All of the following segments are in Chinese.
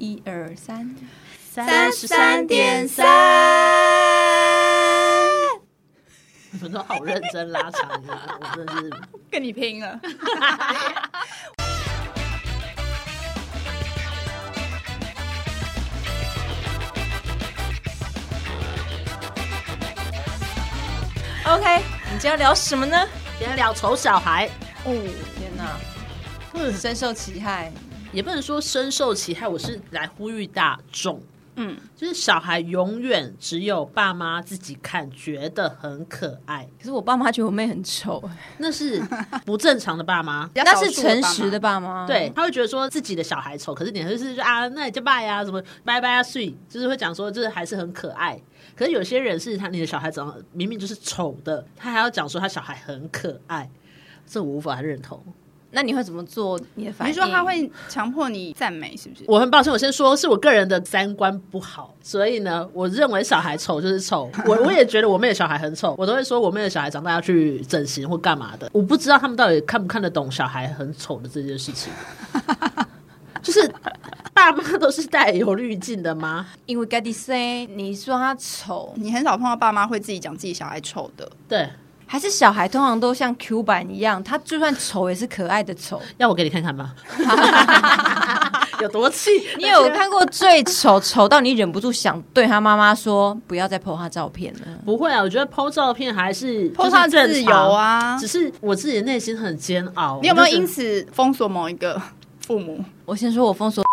一二三，三十三点三，你们都好认真拉长啊！ 我真是跟你拼了！OK，你今天要聊什么呢？今天聊丑小孩，哦，天哪，嗯，深受其害。也不能说深受其害，我是来呼吁大众，嗯，就是小孩永远只有爸妈自己看，觉得很可爱，可是我爸妈觉得我妹很丑，那是不正常的爸妈。比较那少是数的爸诚妈实的。爸妈。对，，他会觉得说自己的小孩丑，可是你就是说啊，那你就拜啊，什么拜拜啊，睡，就是会讲说，就是还是很可爱。可是有些人是他你的小孩长得明明就是丑的，他还要讲说他小孩很可爱，这我无法认同。那你会怎么做？你的反啊你应？说嗯他会强迫你赞美，是不是？我很抱歉，我先说是我个人的三观不好，所以呢，我认为小孩丑就是丑。我我也觉得我妹的小孩很丑，我都会说我妹的小孩长大要去整形或干嘛的。我不知道他们到底看不看得懂小孩很丑的这件事情。就是爸妈都是带有滤镜的吗？因为 g a d say，你说他丑，你很少碰到爸妈会自己讲自己小孩丑的，对，还是小孩通常都像 Q 版一样，他就算丑也是可爱的 丑。要我给你看看吗？ 有多气？你有看过最丑丑到你忍不住想对他妈妈说不要再 po 他照片了？不会啊，我觉得 PO 照片还是碰上就是自正由常。啊。只是我自己的内心很煎熬。你有没有我就觉得因此封锁某一个父母？我先说我封锁，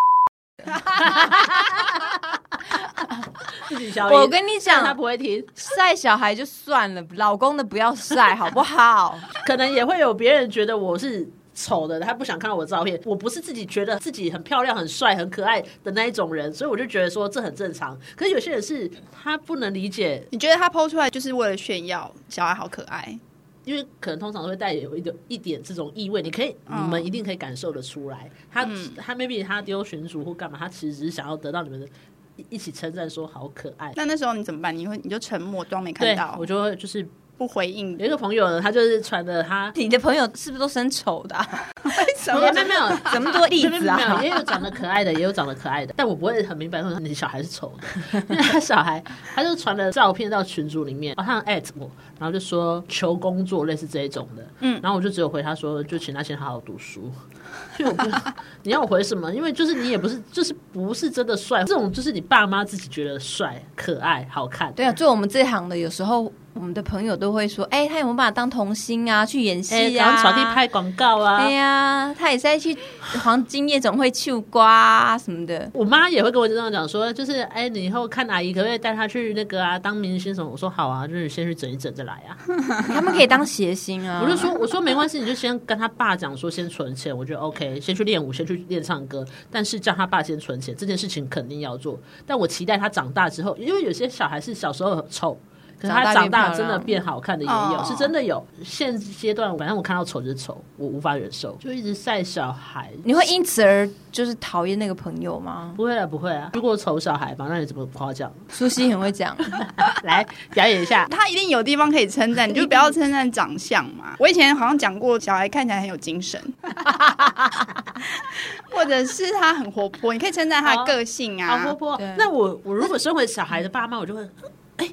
自己消音我跟你但他讲，不会听。晒小孩就算了，老公的不要晒，好不好？可能也会有别人觉得我是丑的，他不想看到我的照片。我不是自己觉得自己很漂亮、很帅、很可爱的那一种人，所以我就觉得说这很正常。可是有些人是他不能理解，你觉得他剖出来就是为了炫耀小孩好可爱？因为可能通常都会带有一点一点这种意味，你可以、嗯你们一定可以感受得出来。他、他 maybe 他丢群主或干嘛，他其实只是想要得到你们的一一起称赞，说好可爱。那那时候你怎么办？你会你就沉默装没看对到，我，就会就是不回应有一个朋友呢，他就是传的他 你的朋友是不是都生丑的啊、 什没有没有没有，怎么多例没有子 没有，啊？也有长得可爱的，也有长得可爱的，但我不会很明白说你小孩是丑 的，因为他小孩他就传了照片到群组里面，然哦后他艾特我，然后就说求工作类似这一种的，嗯，然后我就只有回他说，就请他先好好读书。因为我不， 你要我回什么？因为就是你也不是，就是不是真的帅，这种就是你爸妈自己觉得帅、可爱、好看。对啊，做我们这行的，有时候我们的朋友都会说，哎、他有没有把他当童星啊？去演哎，戏然啊？后传递拍广告啊对，呀、他也是在去黄金夜总会去瓜、啊、什么的。我妈也会跟我这样讲说，就是哎，你以后看阿姨可不可以带她去那个啊当明星什么？我说好啊，就是先去整一整再来啊。他们可以当谐星啊！我就说我说没关系，你就先跟他爸讲说先存钱，我觉得 OK，先去练舞，先去练唱歌，但是叫他爸先存钱这件事情肯定要做。但我期待他长大之后，因为有些小孩是小时候很丑。可是他长大变漂长大亮真的变好看的也有，哦是真的有。现阶段，反正我看到丑就是丑，我无法忍受，就一直晒小孩。你会因此而就是讨厌那个朋友吗？不会啊，不会啊。如果丑小孩嘛，那你怎么夸奖？苏西很会 讲，来表演一下。他一定有地方可以称赞，你就不要称赞长相嘛。我以前好像讲过，小孩看起来很有精神， 或者是他很活泼，你可以称赞他的个性好活啊。泼对。那我我如果身为小孩的爸妈，我就会，哎、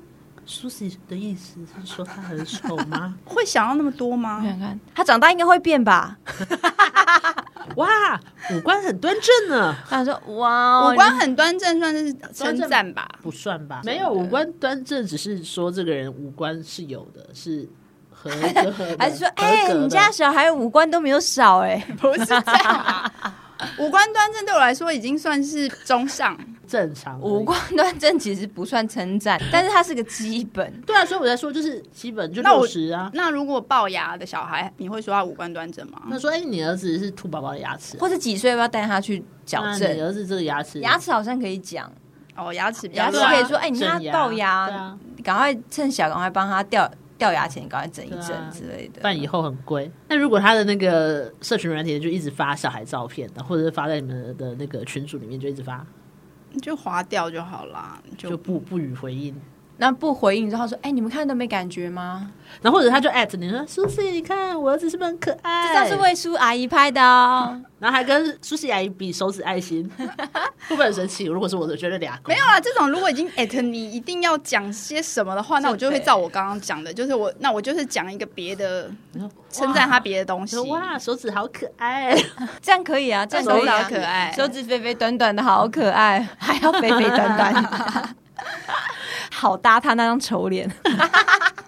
苏西的意思是说他很丑吗？ 会想要那么多我嗯吗？想看他长大应该会变吧？哇，五官很端正啊呢，他说哇哦，，五官很端正，算是称赞吧。不算吧？没有五官端正，只是说这个人五官是有的，是合格的 还是说哎、合格的你家小孩五官都没有少哎、 不是这样吧？五官端正对我来说已经算是 中上，正常而已五。官端正其实不算称赞，但是它是个基本。对啊，所以我在说，就是基本就那我六十啊。那如果龅牙的小孩，你会说他五官端正吗？那说，哎、你儿子是兔宝宝的牙齿啊，或者几岁要不要带他去矫那你正？儿子这个牙齿，牙齿好像可以讲，哦，牙齿比较牙齿乱可以说，哎、你看整他牙龅牙，对啊赶快趁小赶快帮他掉掉牙前，赶快整一对整啊之类的。但以后很贵。那如果他的那个社群软体就一直发小孩照片，或者是发在你们的那个群组里面就一直发，你就划掉就好啦，就就不不予回应。那不回应之后说，哎、你们看都没感觉吗？然后或者他就艾特你说苏西，你看我儿子是不是很可爱？这张是魏叔阿姨拍的哦。然后还跟苏西阿姨比手指爱 心，会不会很神奇？如果是我，我觉得俩没有啦，这种如果已经艾特你，一定要讲些什么的话，那我就会照我刚刚讲的，就是我那我就是讲一个别的有称赞他别的东西说。哇，手指好可 爱，这样可以啊，这样可以、啊，手指好可爱手指肥肥短短的好可爱， 还要肥肥短短， 好搭他那张丑脸。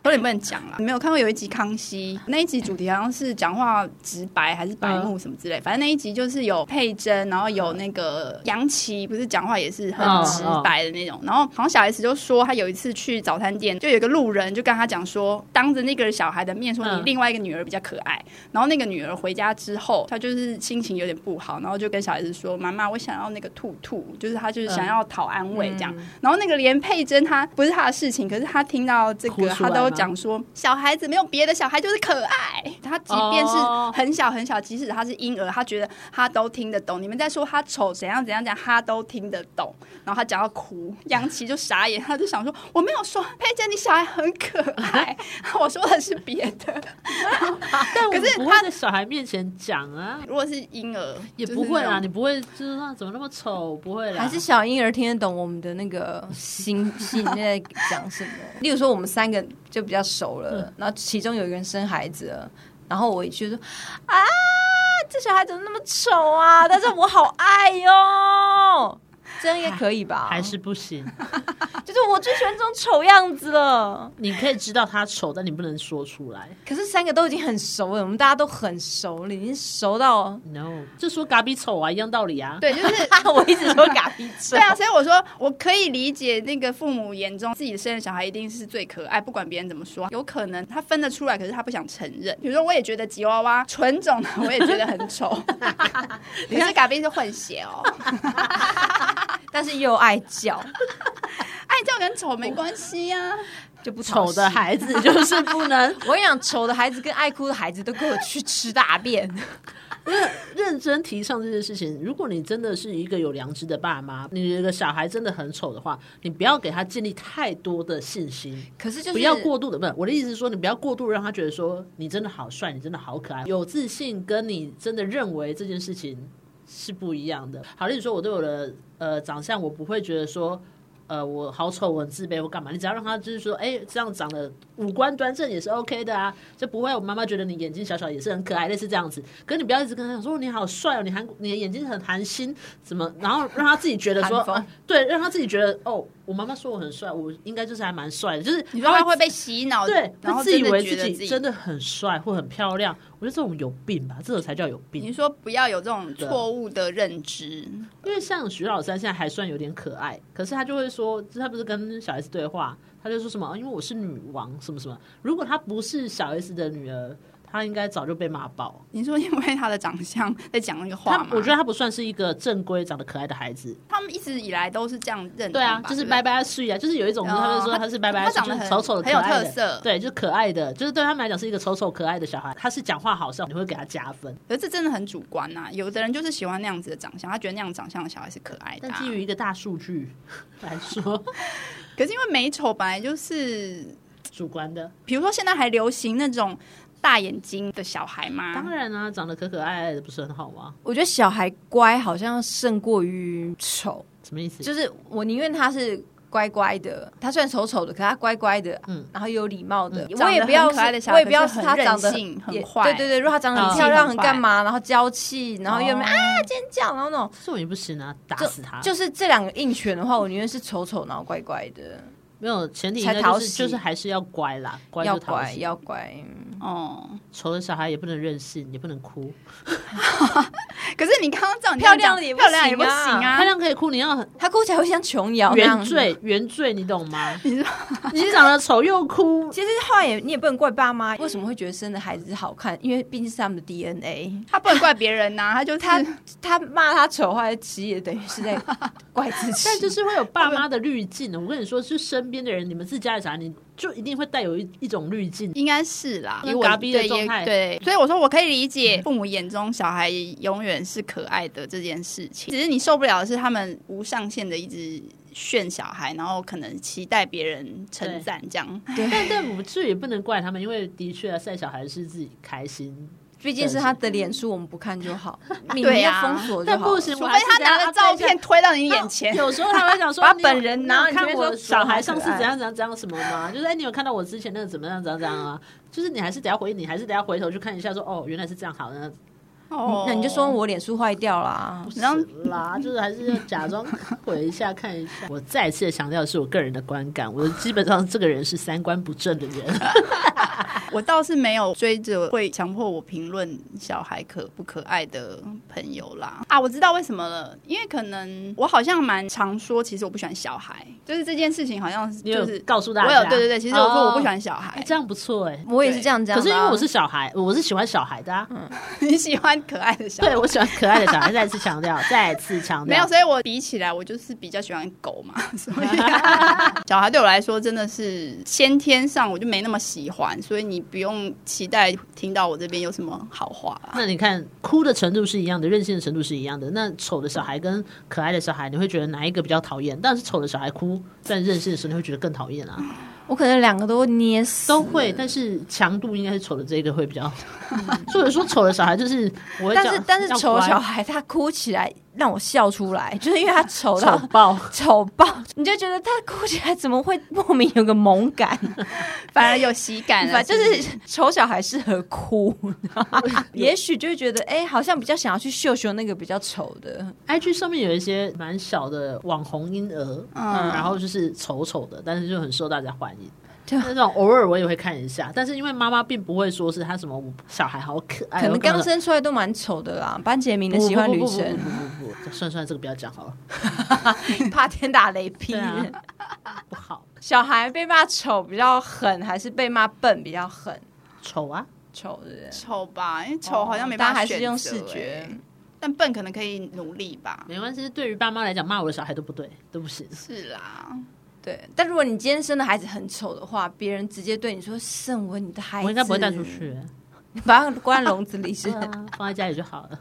有点不能讲了。你没有看过有一集《康熙》，那一集主题好像是讲话直白还是白目什么之类，反正那一集就是有佩珍，然后有那个杨琪，不是讲话也是很直白的那种。然后好像小 S 就说，他有一次去早餐店，就有一个路人就跟他讲说，当着那个小孩的面说你嗯另外一个女儿比较可爱。然后那个女儿回家之后，她就是心情有点不好，然后就跟小 S 说：“妈妈，我想要那个兔兔。”就是她就是想要讨安慰这样。嗯然后那个连佩珍她不是她的事情，可是她听到这哭个，出她来都吗讲说小孩子没有别的小孩就是可爱。她即便是哦很小很小，即使她是婴儿，她觉得她都听得懂。你们在说她丑怎样怎样怎样，她都听得懂。然后她讲到哭，杨琪就傻眼，她就想说我没有说佩珍你小孩很可爱， 我说的是别的。但我可是不会他在小孩面前讲啊，如果是婴儿也不会啊啊，，你不会就是说怎么那么丑，不会啦，还是小婴儿听得懂我们的那个心 心里在讲什么？例如说，我们三个就比较熟了，然后其中有一个人生孩子了，然后我一去就说啊，这小孩怎么那么丑啊？但是我好爱哟、这样应该可以吧？还是不行。就是我最喜欢这种丑样子了。你可以知道他丑，但你不能说出来。可是三个都已经很熟了，我们大家都很熟了，已经熟到 No，就说嘎比丑啊，一样道理啊。对，就是 我一直说嘎逼对真。啊，所以我说我可以理解那个父母眼中自己生的小孩一定是最可爱，不管别人怎么说，有可能他分得出来，可是他不想承认。比如说，我也觉得吉娃娃纯种的，我也觉得很 丑， 可是嘎宾是混血哦，但是又爱叫，爱叫哎跟丑没关系呀、啊。就不讨丑喜的孩子就是不能我跟你讲，丑的孩子跟爱哭的孩子都给我去吃大便。 认真提倡这件事情。如果你真的是一个有良知的爸妈，你的小孩真的很丑的话，你不要给他建立太多的信心。可是就是不要过度的，不是我的意思是说，你不要过度让他觉得说你真的好帅，你真的好可爱，有自信跟你真的认为这件事情是不一样的。好，例如说我对我的呃长相，我不会觉得说。呃，我好丑，我很自卑，我干嘛？你只要让他就是说，哎、这样长得五官端正也是 OK 的啊，就不会我妈妈觉得你眼睛小小也是很可爱，类似这样子。可是你不要一直跟他讲说你好帅哦，你韩你的眼睛很韩星，怎么？然后让他自己觉得说，韩风啊对，让他自己觉得哦，我妈妈说我很帅，我应该就是还蛮帅的，就是你说他会被洗脑，对，然后自以真的为觉得自自己真的很帅或很漂亮，我觉得这种有病吧，这种才叫有你病。说不要有这种啊错误的认知，因为像徐老三现在还算有点可爱，可是他就会说，就是他不是跟小 S 对话，他就说什么，啊因为我是女王什么什么。如果他不是小 S 的女儿，他应该早就被骂爆。你说因为他的长相在讲那个话他吗？我觉得他不算是一个正规长得可爱的孩子。他们一直以来都是这样认同吧，对啊，就是不拜拜睡啊，就是有一种他们说哦他是拜拜他睡，长就得是很丑丑的，很有可爱的特色对，就是可爱的，就是对他们来讲是一个丑丑可爱的小孩。他是讲话好笑，你会给他加分。可是这真的很主观呐、有的人就是喜欢那样子的长相，他觉得那样长相的小孩是可爱的但啊、基于一个大数据来说， 可是因为美丑本来就是，主观的，比如说现在还流行那种大眼睛的小孩当嘛，然啊，长得可可爱爱的不是很好啊吗？我觉得小孩乖好像胜过于丑，什么意思？就是我宁愿他是乖乖的，他虽然丑丑的，可他乖乖的，嗯然后有礼貌的，嗯我也不要长得很可爱的小我孩也不要可是很他长得任性很也坏对对对，如果他长得哦很漂亮、很很坏干嘛，然后娇气，然后又没、哦啊尖叫，然后那种。这种也不行啊，打死他！就是这两个硬拳的话，我宁愿是丑丑然后乖乖的，没有前提应该才讨就是喜就是还是要乖啦，乖要就讨乖喜。要乖。嗯哦。丑的小孩也不能任性，也不能哭，可是你刚刚照你这漂样亮讲的也不漂亮也不行行啊漂啊，亮可以哭，你要很他哭起来会像琼瑶那原样。罪原罪，你懂吗？ 你说你长得丑又哭，其实后来也你也不能怪爸妈，为什么会觉得生的孩子好看？因为毕竟是他们的 DNA。他不能怪别人啊呐、他就是他他骂他丑话，其实也等于是在怪自己。但就是会有爸妈的滤镜的。我跟你说，是身边的人，你们自家的小孩，你就一定会带有一一种滤镜。应该是啦，那以我嘎逼的对状也态对，所以我说我可以理解父母眼中小孩永远是可爱的这件事情，只是你受不了的是他们无上限的一直炫小孩，然后可能期待别人称赞这样。但但我们这也不能怪他们，因为的确啊晒小孩是自己开心。毕竟是他的脸书，我们不看就 好，明对天啊封锁就但好。不行，除我非还是他得要拿了 update 照一下片推到你眼 前，有时候他会讲说，把你有本人拿你有看你就会我说小孩好上次可爱怎样怎样怎样什么吗？就是哎，你有看到我之前那个怎么样怎样怎样啊？就是你还是得要回，你还是得要回头去看一下说，哦，原来是这样，好，那哦那你就说我脸书坏掉啦。然后是啦，就是还是要假装回一下看一下。我再一次地强调的是我个人的观感，我基本上这个人是三观不正的人。我倒是没有追着会强迫我评论小孩可不可爱的朋友啦。啊，我知道为什么了，因为可能我好像蛮常说，其实我不喜欢小孩，就是这件事情好像是你有就是告诉大家？我有对对对，其实我说哦我不喜欢小孩哎，，这样不错哎。我也是这样讲、啊，可是因为我是小孩，我是喜欢小孩的啊。嗯 你喜欢可爱的小孩对，。我喜欢可爱的小孩。再次强调，再次强没调有，，所以我比起来，我就是比较喜欢狗嘛， 所 以小孩对我来说真的是先天上我就没那么喜欢，所以你不用期待听到我这边有什么好话啦。那你看，哭的程度是一样的，任性的程度是一样的。那丑的小孩跟可爱的小孩，你会觉得哪一个比较讨厌？但是丑的小孩哭，但任性的时候你会觉得更讨厌啊，嗯我可能两个都会捏死，都会。但是强度应该是丑的这个会比 较，所以说丑的小孩就是我会但讲是但是要丑的乖小孩他哭起来让我笑出来， 就是因为他丑到丑爆，丑爆，你就觉得他哭起来怎么会莫名有个萌 感？反而有喜哎感了，反正就是丑小孩适合哭， 也许就会觉得哎、好像比较想要去秀秀那个比较丑的， IG 上面有一些蛮小的网红婴儿，嗯，然后就是丑丑的，但是就很受大家欢迎。那种偶尔我也会看一下，但是因为妈妈并不会说是她什么小孩好可爱，可能刚哎我生出来都蛮丑的啦。班杰明的喜欢女生，不不不不不，算算这个不要讲好了， 怕天打雷劈。对啊不好，小孩被骂丑比较狠，还是被骂笨比较狠？丑啊，丑的人丑吧，因为哦丑好像没大家办法还选是择用视欸觉。但笨可能可以努力吧。 没关系。对于爸妈来讲，骂我的小孩都不对，都不行。是啦，对，但如果你今天生的孩子很丑的话，别人直接对你说“圣文，你的孩子”，我应该不会带出， 去，把他关在笼子里 是对。啊，放在家里就好了。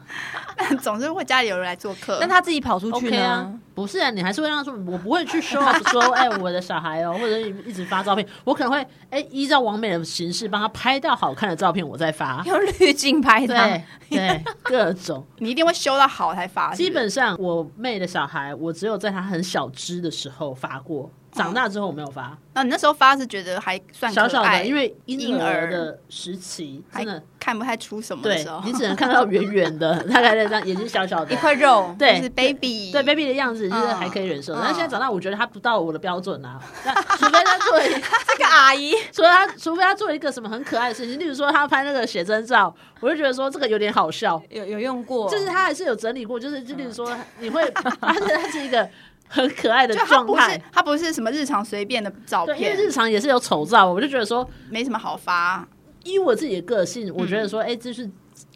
但总是会家里有人来做客。但他自己跑出去 OK 啊呢？，不是啊，你还是会让他说，我不会去 show off 说，哎，我的小孩哦，或者一直发照片，我可能会哎依照完美的形式帮他拍到好看的照片，我再发。 用滤镜拍他对，对，各种。你一定会修到好才发。基是本上我妹的小孩，我只有在她很小只的时候发过，长大之后我没有发。不是，那你那时候发是觉得还算小小可爱的，因为婴婴儿儿的时期真的，看不太出什么的对时候，你只能看到圆圆的，大概那张眼睛小小的一，块肉，对 就是 baby，对 baby 的样子就是嗯还可以忍受。嗯但现在长大，我觉得他不到我的标准啊。那除非他做，这个阿姨除非他除非他做一个什么很可爱的事情，例如说他拍那个写真照，我就觉得说这个有点好笑。有有用过，就是他还是有整理过，就是就例如说你会 发现他是一个很可爱的就他状不态是。他不是什么日常随便的照对，因为片，日常也是有丑照，我就觉得说，没什么好发。依我自己的个性，我嗯觉得说，哎、这是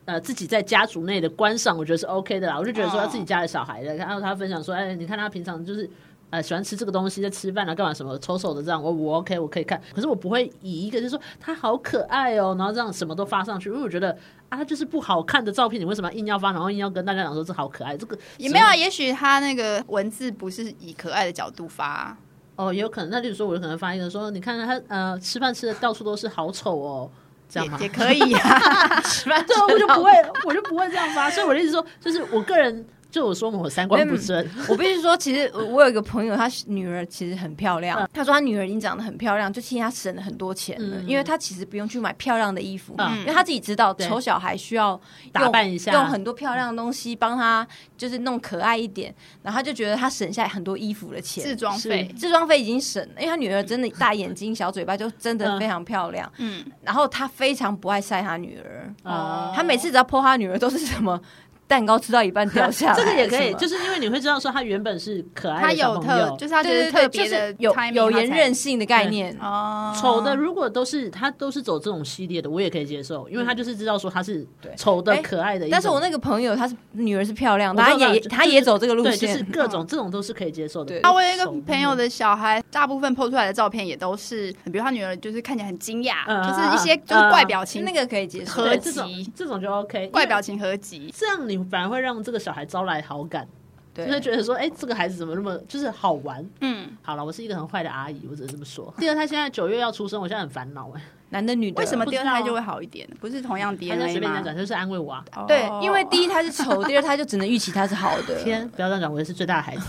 呃自己在家族内的观赏，我觉得是 OK 的啦。我就觉得说，哦他自己家的小孩的，然后他分享说，哎、你看他平常就是。呃，喜欢吃这个东西，在吃饭啊，干嘛什么丑丑的这样，我我 OK，我可以看，可是我不会以一个就是说他好可爱哦，然后这样什么都发上去，因为我觉得啊，他就是不好看的照片，你为什么要硬要发，然后硬要跟大家讲说这好可爱，这个也没有啊，也许他那个文字不是以可爱的角度发，哦，也有可能。那例如说，我有可能发一个说，你看他呃吃饭吃的到处都是，好丑哦，这样吗也？也可以啊。 对， 我就不会，我就不会这样发。所以我的意思说，就是我个人，就我说嘛我三观不正，我必须说，其实呃我我有一个朋友，他女儿其实很漂亮。他说他女儿已经长得很漂亮，就替他省了很多钱了，嗯因为他其实不用去买漂亮的衣服，嗯因为他自己知道对丑小孩需要用打扮一下用很多漂亮的东西帮他就是弄可爱一点，然后他就觉得他省下很多衣服的自钱。装费，自装费已经省了，因为他女儿真的大眼睛、小嘴巴，就真的嗯非常漂亮。嗯，然后他非常不爱晒他女儿，啊他每次只要泼他女儿都是什么蛋糕吃到一半掉下来，这个也可以，什么就是因为你会知道说他原本是可爱他的小有朋特，友就。是他觉对对对，得特就别的是有 timing 有他言才任性的概念。哦，丑的如果都是他都是走这种系列的，我也可以接受，因为他就是知道说他是嗯对丑的哎可爱的一种。但是我那个朋友，他是女儿是漂亮的，我知她道也就是她也走这个路对，就线，嗯是各种这种都是可以接受的对。啊，我有一个丑嗯朋友的小孩，大部分 PO 出来的照片也都是，比如他女儿就是看起来很惊讶，嗯就是一些就是怪表其情，哦实那个可以接受。合对这集种这种就 OK，因为怪表情合集。这样你反而会让这个小孩招来好感。对就会觉得说，哎、这个孩子怎么那么就是好玩？嗯，好了，我是一个很坏的阿姨，我只能这么说。 第二胎现在九月要出生，我现在很烦恼哎，男的女的为什么不第知二道胎就会好一点？不是同样他就 DNA 随便这样吗讲，？就是安慰我啊。哦对，因为第一胎是丑，第二胎就只能预期它是好的。天，不要这样讲，我也是最大 的孩子。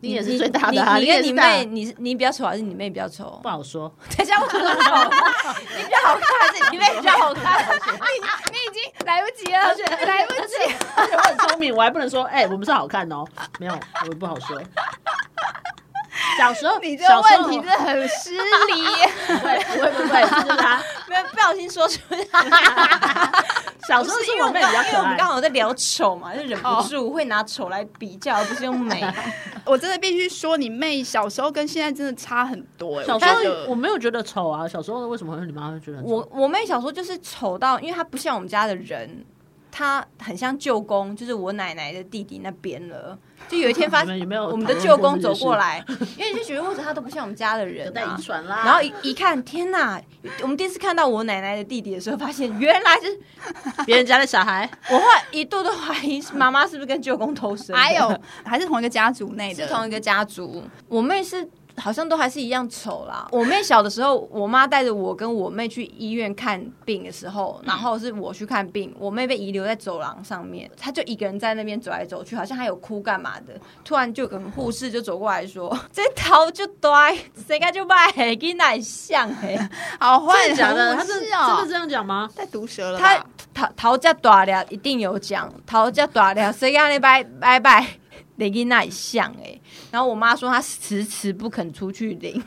你你也是最大的、啊，你你也跟是你大妹，你是你比较丑还是你妹比较丑不？好说。 等一下，我觉得丑，你比较好看还是你妹比较好看？你已经来不及了，来不及。而且我很聪明，我还不能说，哎、我们是好看哦，没有，我不好说。小时候，你这个小时问候题真的很失礼，不会不会不会，这 就是他。没有不小心说 出来。小不时候是是因为我我们妹刚比因为较可我们爱刚，好在聊丑嘛，就忍不住会拿丑来比较，而不是用美。啊我真的必须说，你妹小时候跟现在真的差很多、欸。小时觉候得我没有觉得丑啊，小时候为什么会你妈会觉得很丑我我妹小时候就是丑到，因为她不像我们家的人，她很像舅公，就是我奶奶的弟弟那边了。就有一天发 你们有没有我们的舅公走过， 来，因为就觉得为什么他都不像我们家的人、有啊，带遗传啦，然后一一看，天哪！我们第一次看到我奶奶的弟弟的时候，发现原来是别人家的小 孩，我后来一度都怀疑是妈妈是不是跟舅公偷生的，哎还有还是同一个家族内的，是同一个家族。我妹是好像都还是一样丑啦。我妹小的时候，我妈带着我跟我妹去医院看病的时候，然后是我去看病，我妹被遗留在走廊上面，她就一个人在那边走来走去，好像还有哭干嘛的。突然就有个护士就走过来说：“ 这头就呆，谁家就卖，跟哪像哎、好坏真的假的？他是真的真的哦，这样讲吗？太毒舌了吧。他头头家大了，一定有讲，头家大了，谁让你拜拜拜？得跟那像哎、然后我妈说她迟迟不肯出去领，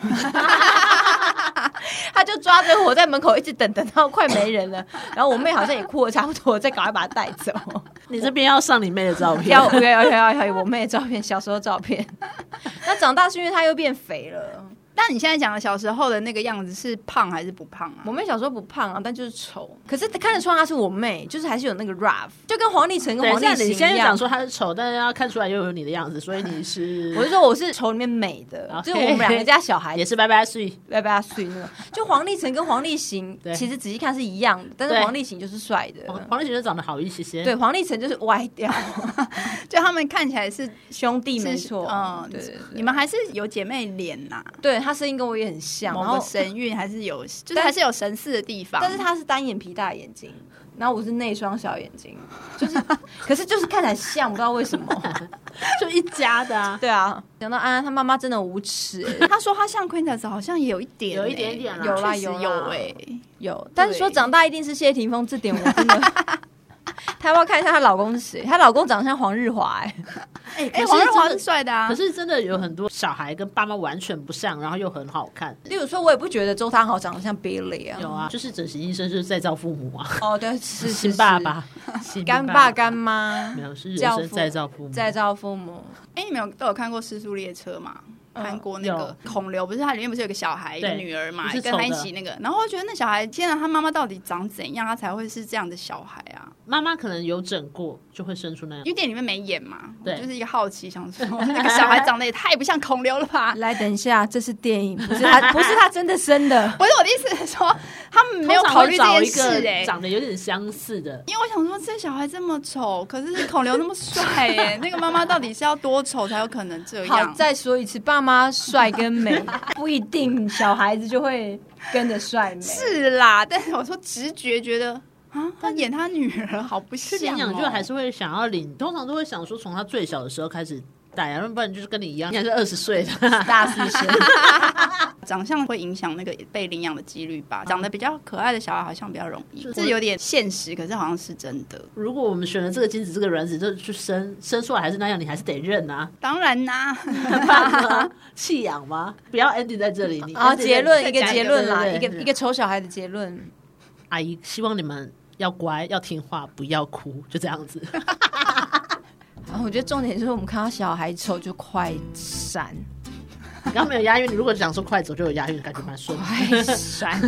她就抓着我在门口一直等，等到快没人了。然后我妹好像也哭的差不多，再赶快把她带走。你这边要上你妹的照片 要，要要要要我妹的照片，小时候照片。那长大是因为她又变肥了。但你现在讲的小时候的那个样子是胖还是不胖啊？我妹小时候不胖啊，但就是丑，可是看得出来她是我妹，就是还是有那个 rough，就跟黄立成跟等黄一立下，行你一现在样讲。说他是丑，但是要看出来又有你的样子，所以你是 我是说我是丑里面美 的， OK 就是我们两个家小孩也是拜拜所以拜拜睡那个。就黄立成跟黄立行，对其实仔细看是一样的，但是对黄立行就是帅的，黄黄立行就长得好一些些，对，黄立成就是歪掉就他们看起来是兄弟，是没错，嗯，对对对你们还是有姐妹脸呐、对，他声音跟我也很像，然某个后神韵还是有，就是但还是有神似的地方。但是他是单眼皮大眼睛，然后我是内双小眼睛，就是 可是就是看起来像，不知道为 什么。就一家的啊。对啊，讲到安安，她妈妈真的无耻欸、 他说他像 Quintus 好像也有一点欸、有一点点啦有啦确实有有哎、有，但是说长大一定是谢霆锋这点我真 的。她要不要看一下她老公是谁？她老公长得像黄日华、哎，哎哎、黄日华是是帅的啊，可是真的有很多小孩跟爸妈完全不像，然后又很好看。例如说，我也不觉得周汤豪长得像 Billy 啊。有啊，就是整形医生就是再造父 母啊，哦，对，是是亲爸、 爸、亲是干爸、干妈没、有是人教生父再造父母，再造父母。哎、你们有都有看过《失速列车》吗？嗯韩国那个孔刘不是它里面不是有个小孩一个对女儿嘛，不是跟丑他一的起那个，然后我觉得那小孩，天啊，他妈妈到底长怎样，他才会是这样的小孩啊？妈妈可能有整过，就会生出那样。因为店里面没演嘛，我对就是一个好奇，想说那个小孩长得也太不像孔刘了 吧？来，等一下，这是电影，不是 他，不是他真的生的。不是我的意思是说，他们没有通常考会虑这找件一事欸哎、个长得有点相似的，因为我想说，这小孩这么丑，可是孔刘那么帅哎、 那个妈妈到底是要多丑才有可能这 好，样？再说一次，爸妈帅跟 美不一定小孩子就会跟着帅美。是啦，但是我说直觉觉得啊，他演他女儿好不去领像、养哦，就还是会想要领，通常都会想说从他最小的时候开始带啊，要不然就是跟你一样，你还是二十岁的。啊大四生， 长相会影响那个被领养的几率吧。长得比较可爱的小孩好像比较容易就，是这有点现实，可是好像是真的。 如果我们选了这个精子这个卵子，就去生生出来还是那样，你还是得认啊，当然啦、 很棒啊，弃养吗？不要 Andy 在 这里，你然后 Andy 哦结论一个再加结论啦，对一对个对一个丑小孩的结论。阿姨，希望你们要乖，要听话，不要哭，就这样子。 然后我觉得重点就是我们看到小孩丑就快闪，你刚没有押韵，你如果讲说快走就有押韵，感觉蛮顺。 快闪，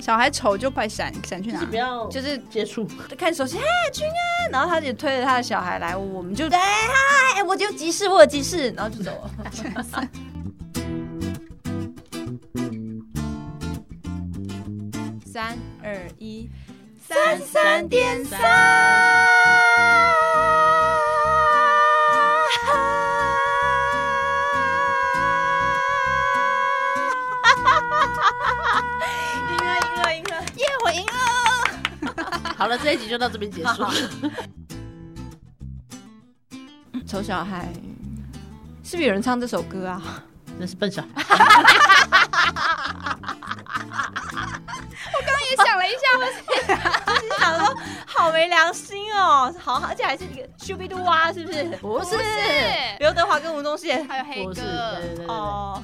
小孩丑就快闪闪去哪？不要就就是是接触， 看手机，哎，君安，然后他就推着他的小孩来，我们就哎嗨，哎我有急事，我有急事，然后就走了。 三二一，哎三三点三。好了，这一集就到这边结束。丑小孩，是不是有人唱这首歌啊？那是笨小孩，也想了一下，想说 好没良心哦，好，而且还是一个 s h u b i d u 哇，啊是不是？不不是刘德华跟吴宗宪。还有黑我是哥对对对对。哦，